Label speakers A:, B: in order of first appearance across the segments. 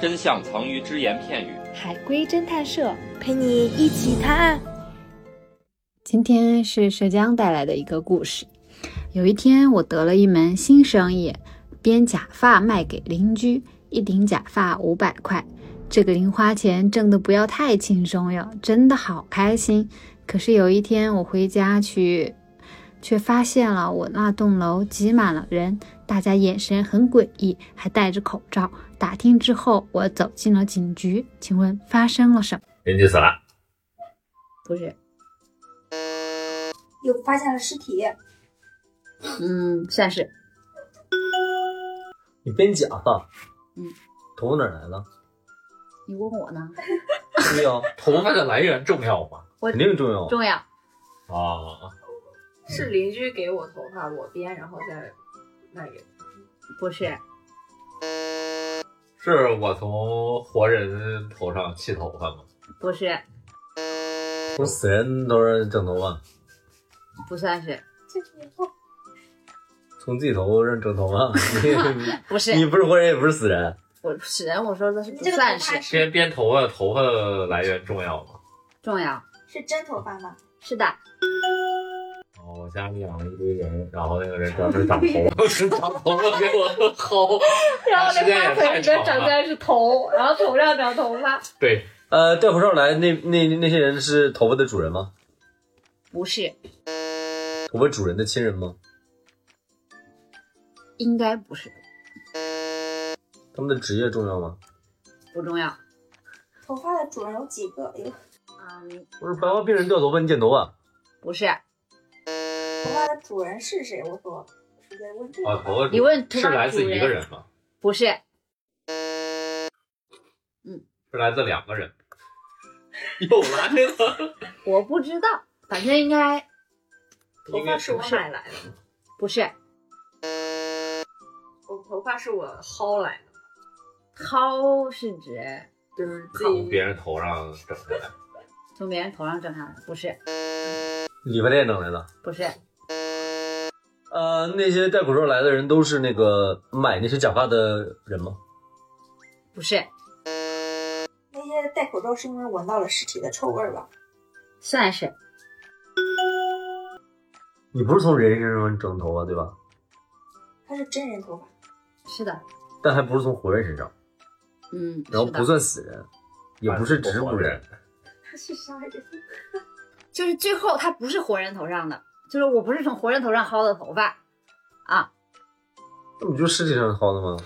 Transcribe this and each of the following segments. A: 真相藏于只言片语。
B: 海龟侦探社陪你一起探案。
C: 今天是浙江带来的一个故事。有一天，我得了一门新生意，编假发卖给邻居，一顶假发五百块。这个零花钱挣的不要太轻松哟，真的好开心。可是有一天，我回家去，却发现了我那栋楼挤满了人，大家眼神很诡异，还戴着口罩。打听之后，我走进了警局。请问发生了什么？
D: 人就死了，
C: 不是，
E: 又发现了尸体，
C: 嗯，算是
F: 你编假发，
C: 嗯，
F: 头哪儿来的？
C: 你问我呢？
F: 对呀，
D: 头发的来源重要吗？
F: 哦肯定重要。
C: 重要。
D: 啊，
G: 是邻居给我头发，我编，然后再卖给
C: 不是，
D: 是我从活人头上剃头发吗？
C: 不是，
F: 从死人头上整头发，
C: 不算是，
F: 从自己头上整头 发，
C: 不
F: 你你
C: 是，
F: 不是活人也不是死人，
C: 我死人，我说的是
E: 你
C: 不
E: 这个头
C: 算
E: 发
C: 是
D: 编编头发，头发的来源重要吗？
C: 重要。
E: 是真头发吗？
C: 是的，
D: 哎哦，我家里养了一堆人，然后那个人专门长头发， 长头发给我薅，
C: 然后那
D: 时间
C: 花
D: 也
C: 盆
D: 太
C: 里
D: 长
C: 边长出
D: 了。
C: 来是头，然后头上长头发，
D: 对，
F: 呃，戴口罩来那那那些人是头发的主人吗？
C: 不是，
F: 头发主人的亲人吗？
C: 应该不是，
F: 他们的职业重要吗？
C: 不重要。
E: 头发的主人有几个？有
C: 嗯，
F: 不是白化病人掉头发，你剪头发，
C: 不是，
E: 头发的主人是谁？我说是在问这
D: 啊，
E: 个。
D: 头发
C: 你问头
D: 是
C: 发
D: 来自
C: 主
D: 一个人吗？
C: 不是，
D: 是来自两个人？有来 了，
C: 我不知道，反正应该
G: 头发是我买来的，
C: 不是
G: 我头发是我薅来的，
C: 薅是指
G: 就是自
D: 从别
G: 己
D: 人头上整下来。
C: 从别人头上挣上来，不是，
F: 理发店整来的。
C: 不是，
F: 呃，那些戴口罩来的人都是那个买那些假发的人吗？
C: 不是，
E: 那些戴口罩是因为闻到了尸体的臭味儿吧？
C: 算是
F: 你不是从人身上整头发对吧？
E: 他是真人头发，
C: 是的，
F: 但还不是从活人身上，
C: 嗯，
F: 然后
C: 是
F: 不
C: 的，
F: 算死人，也不是植物人，
E: 他是啥人？
C: 就是最后他不是活人头上的，就是我不是从活人头上薅的头发啊，
F: 那不就尸体上薅的吗？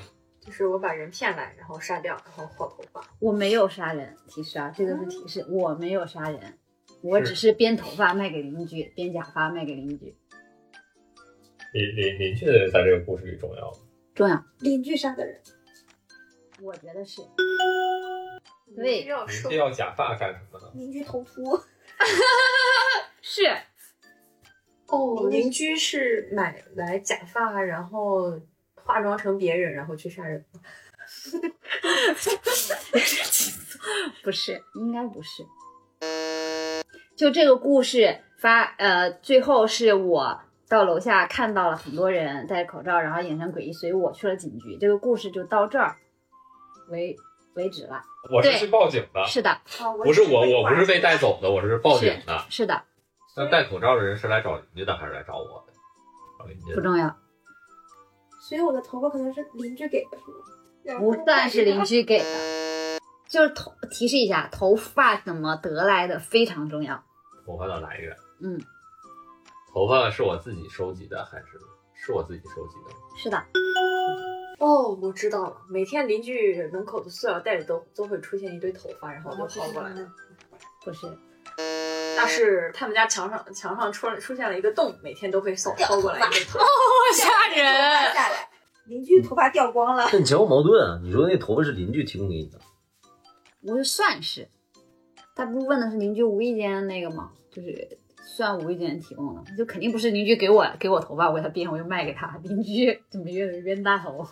G: 就是我把人骗来，然后杀掉，然后薅头发。
C: 我没有杀人，提示啊，这个是提示，我没有杀人，我只是编头发卖给邻居，编假发卖给邻居，
D: 邻邻邻居在这个故事里重要吗？
C: 重要，
E: 邻居杀的人，
C: 我觉得是
G: 对，要
D: 邻
G: 说
D: 居要假发干什么呢？
C: 嗯
E: 邻居头秃，
C: 是
G: 哦，邻居是买来假发，然后化妆成别人，然后去杀人。
C: 不是？应该不是。就这个故事发呃，最后是我到楼下看到了很多人戴着口罩，然后眼神诡异，所以我去了警局。这个故事就到这儿为为止了。
D: 我是
C: 对
D: 去报警的，
C: 是的，
E: 啊，
D: 不是我，我不是被带
E: 带。
D: 走的，我是报警的。
C: 是的，
D: 那戴口罩的人是来找邻居的还是来找我的？找邻居
C: 不
D: 的。
C: 重要，
E: 所以我的头发可能是邻居给的，是
G: 啊
E: 吗？
C: 不算是邻居给的。就是头提示一下，头发怎么得来的非常重要。
D: 头发的来源，
C: 嗯，
D: 头发是我自己收集的还是是我自己收集的？
C: 是的，
G: 哦，我知道了，每天邻居门口的塑料袋里都都会出现一堆头发，然后
E: 我
G: 我就薅过来。
C: 不是
G: 那是他们家墙上墙上出出现了一个洞，每天都会扫
E: 掉
G: 薅过来一个头。
C: 吓
E: 哦人下来，邻居头发掉光了，
F: 但你前后矛盾啊！你说那头发是邻居提供给你的，
C: 我就算是，他不是问的是邻居无意间那个吗？就是算无意间提供的，就肯定不是邻居给我给我头发，我给他编，我就卖给他。邻居怎么越冤大头？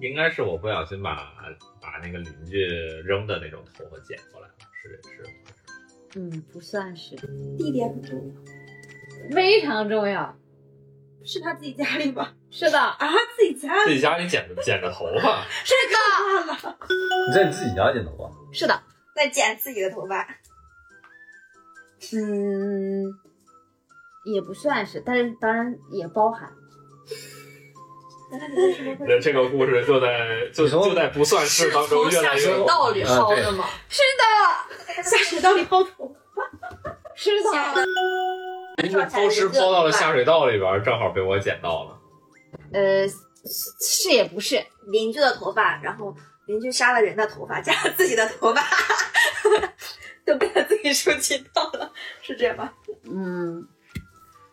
D: 应该是我不小心把把那个邻居扔的那种头发捡过来了，是是。是
C: 嗯，不算是，
E: 地点很重要，
C: 非常重要。
E: 是他自己家里吗？
H: 是的，
G: 啊，自己家
D: 自己家里剪的剪的头发，
G: 这个
E: 啊
G: 了，
F: 你在你自己家剪头发？
H: 是的，
G: 那剪自己的头发，
C: 嗯，也不算是，但是当然也包含。
D: 那这个故事就在就
F: 你说
D: 就在不算是当中
H: 从
D: 越
H: 下
D: 来越
H: 水道里
F: 啊
H: 薅
F: 对
H: 的吗？
G: 下水道里薅头，
C: 是的，
D: 一个抛尸抛到了下水道里边儿，正好被我捡到了。
C: 呃，是是也不是，
G: 邻居的头发，然后邻居杀了人的头发，加上自己的头发， 都被他自己收集到了，是这样吧？
C: 嗯，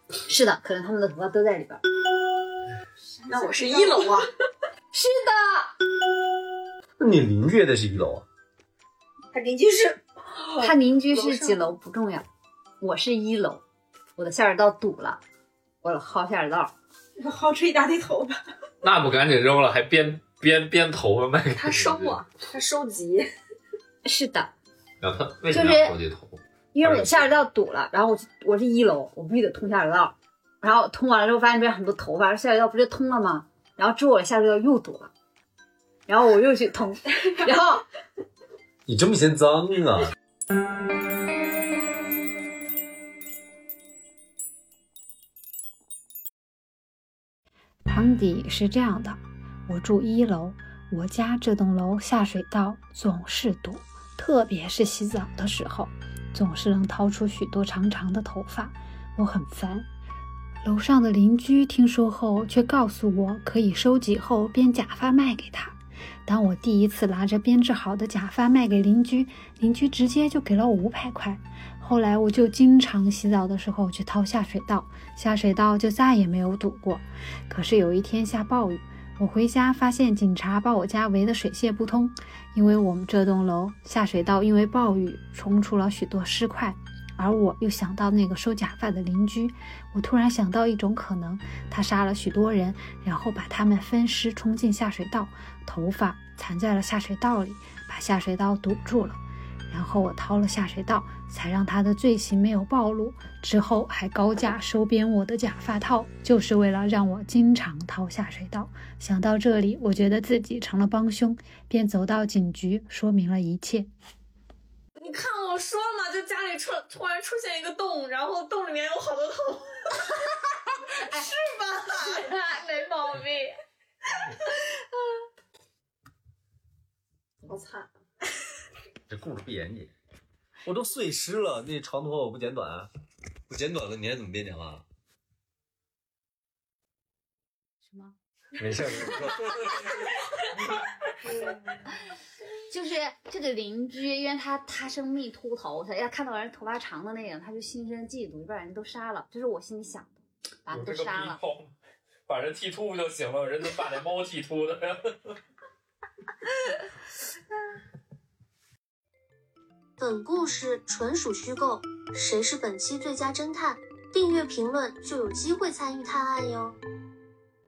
C: 是的，可能他们的头发都在里边儿。
G: 那我是一楼啊，
C: 是的，
F: 那你邻居也得是一楼啊？
G: 他邻居是
C: 他邻居是几哦楼不重要，我是一楼，我的下水道堵了，我薅下水道。
G: 薅出一大堆头发，
D: 那不赶紧扔了，还编编编头发卖给
H: 他收啊，
G: 他收集，
C: 是的，
D: 然后他为什
C: 就
D: 么
C: 是
D: 要收集头发？
C: 因为我下水道堵了，然后我就我是一楼，我必须得通下水道，然后通完了之后发现这边很多头发，下水道不是通了吗？然后之后我的下水道又堵了，然后我又去 通，然后
F: 你这么嫌脏啊？
B: 汤底是这样的：我住一楼，我家这栋楼下水道总是堵，特别是洗澡的时候，总是能掏出许多长长的头发，我很烦。楼上的邻居听说后，却告诉我可以收集后编假发卖给他。当我第一次拿着编制好的假发卖给邻居，邻居直接就给了我五百块。后来我就经常洗澡的时候去掏下水道，下水道就再也没有堵过。可是有一天下暴雨，我回家发现警察把我家围得水泄不通，因为我们这栋楼下水道因为暴雨冲出了许多尸块。而我又想到那个收假发的邻居，我突然想到一种可能，他杀了许多人，然后把他们分尸冲进下水道，头发缠在了下水道里，把下水道堵住了。然后我掏了下水道，才让他的罪行没有暴露。之后还高价收编我的假发套，就是为了让我经常掏下水道。想到这里，我觉得自己成了帮凶，便走到警局，说明了一切。
H: 你看我说嘛，就家里突突然出现一个洞，然后洞里面有好多头， 是吧？ 没毛病。
G: 好惨，
F: 这故事不严谨，我都碎尸了，那长头发我不剪短啊，我剪短了你还怎么编讲啊？
C: 什么？
D: 没事，
C: 就是这个邻居，因为他他生命秃头，他要看到人头发长的那个，他就心生嫉妒，就把人都杀了。这是我心里想的，把
D: 有
C: 人
D: 这
C: 都
D: 个
C: 杀
D: 逼
C: 了。
D: 痛，把人剃秃不就行了？人怎么把那猫剃秃的？
I: 本故事纯属虚构，谁是本期最佳侦探？订阅评论就有机会参与探案哟。